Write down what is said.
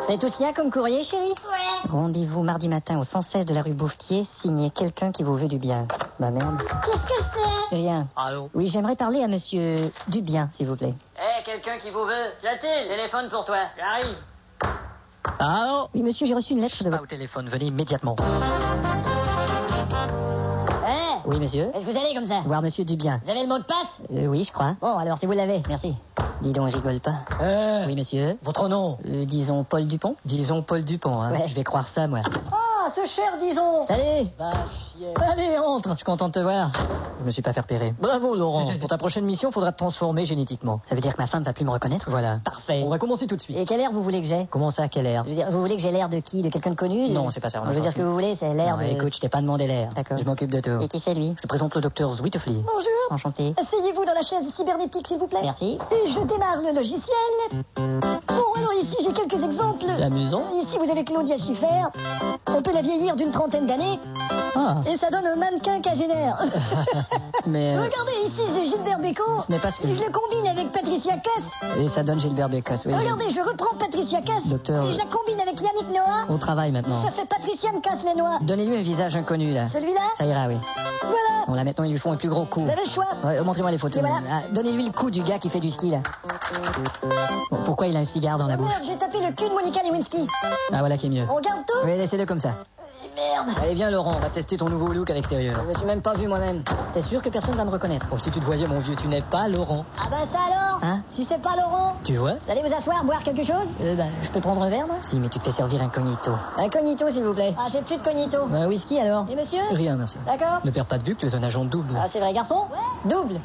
C'est tout ce qu'il y a comme courrier, chérie Ouais. Rendez-vous mardi matin au 116 de la rue Bouffetier, signé quelqu'un qui vous veut du bien. Bah merde. Qu'est-ce que c'est Rien. Allô Oui, j'aimerais parler à monsieur Dubien, s'il vous plaît. Eh, quelqu'un qui vous veut Clotilde, téléphone pour toi. J'arrive. Allô Oui, monsieur, j'ai reçu une lettre de Pas votre... au téléphone, venez immédiatement. Hein Oui, monsieur Est-ce que vous allez comme ça Voir monsieur Dubien. Vous avez le mot de passe Euh, oui, je crois. Bon, alors si vous l'avez, merci. Dis donc, rigole pas. Euh, Oui, monsieur votre nom Euh, Disons Paul Dupont Disons Paul Dupont, hein. Ouais, je vais croire ça, moi. Ah, ce cher, disons Salut Va chier. Allez, entre Je suis content de te voir. Je me suis pas fait repérer. Bravo, Laurent. Pour ta prochaine mission, faudra te transformer génétiquement. Ça veut dire que ma femme va plus me reconnaître Voilà. Parfait. On va commencer tout de suite. Et quelle air vous voulez que j'ai Comment ça, quelle air Je veux dire, vous voulez que j'ai l'air de qui De quelqu'un de connu de- Non, c'est pas ça, on Je veux a dire, pas ce que vous voulez, c'est l'air Non, de... Écoute, je t'ai pas demandé l'air. D'accord. Je m'occupe de tout. Et qui c'est lui Je te présente le docteur Zwitefli. Bonjour. Enchanté. Asseyez-vous dans la chaise cybernétique, s'il vous plaît. Merci. Et je démarre le logiciel. Bon, alors ici, j'ai quelques exemples. C'est amusant. Ici, vous avez Claudia Schiffer. On peut la vieillir d'une trentaine d'années. Ah, Et ça donne un mannequin cagénaire. mais euh, Regardez, ici, j'ai Gilbert Bécon. Ce n'est pas ce que Et je- je le combine avec Patricia Cass. et ça donne Gilbert Bécasse. Oui, Regardez, je reprends Patricia Cass. Docteur, Et je la combine avec Yannick Noah. on travaille maintenant. Ça fait Patriciane Cass les Noix. Donnez-lui un visage inconnu, là. Celui-là, Ça ira, oui. voilà. On là, maintenant, ils lui font un plus gros coup. Vous avez le choix. Ouais, euh, Montrez-moi les photos. Et voilà. Ah, Donnez-lui le coup du gars qui fait du ski, là. Bon, pourquoi il a un cigare dans la bouche Oh, Merde, j'ai tapé le cul de Monica Lewinsky. Ah, voilà qui est mieux. On garde tout Oui, laissez-le comme ça. Eh, Merde. Allez, viens, Laurent, on va tester ton nouveau look à l'extérieur. Je me suis même pas vu moi-même. T'es sûr que personne va me reconnaître Bon, si tu te voyais, mon vieux, tu n'es pas Laurent. Ah ben ça alors Hein Si c'est pas Laurent, Tu vois vous allez vous asseoir, boire quelque chose Euh, bah, je peux prendre un verre, moi Si, mais tu te fais servir incognito. Incognito, s'il vous plaît. Ah, j'ai plus de cognito. Un whisky, alors Et monsieur Rien, merci. D'accord Ah, Ne perds pas de vue que tu es un agent double. Ah, c'est vrai, garçon Double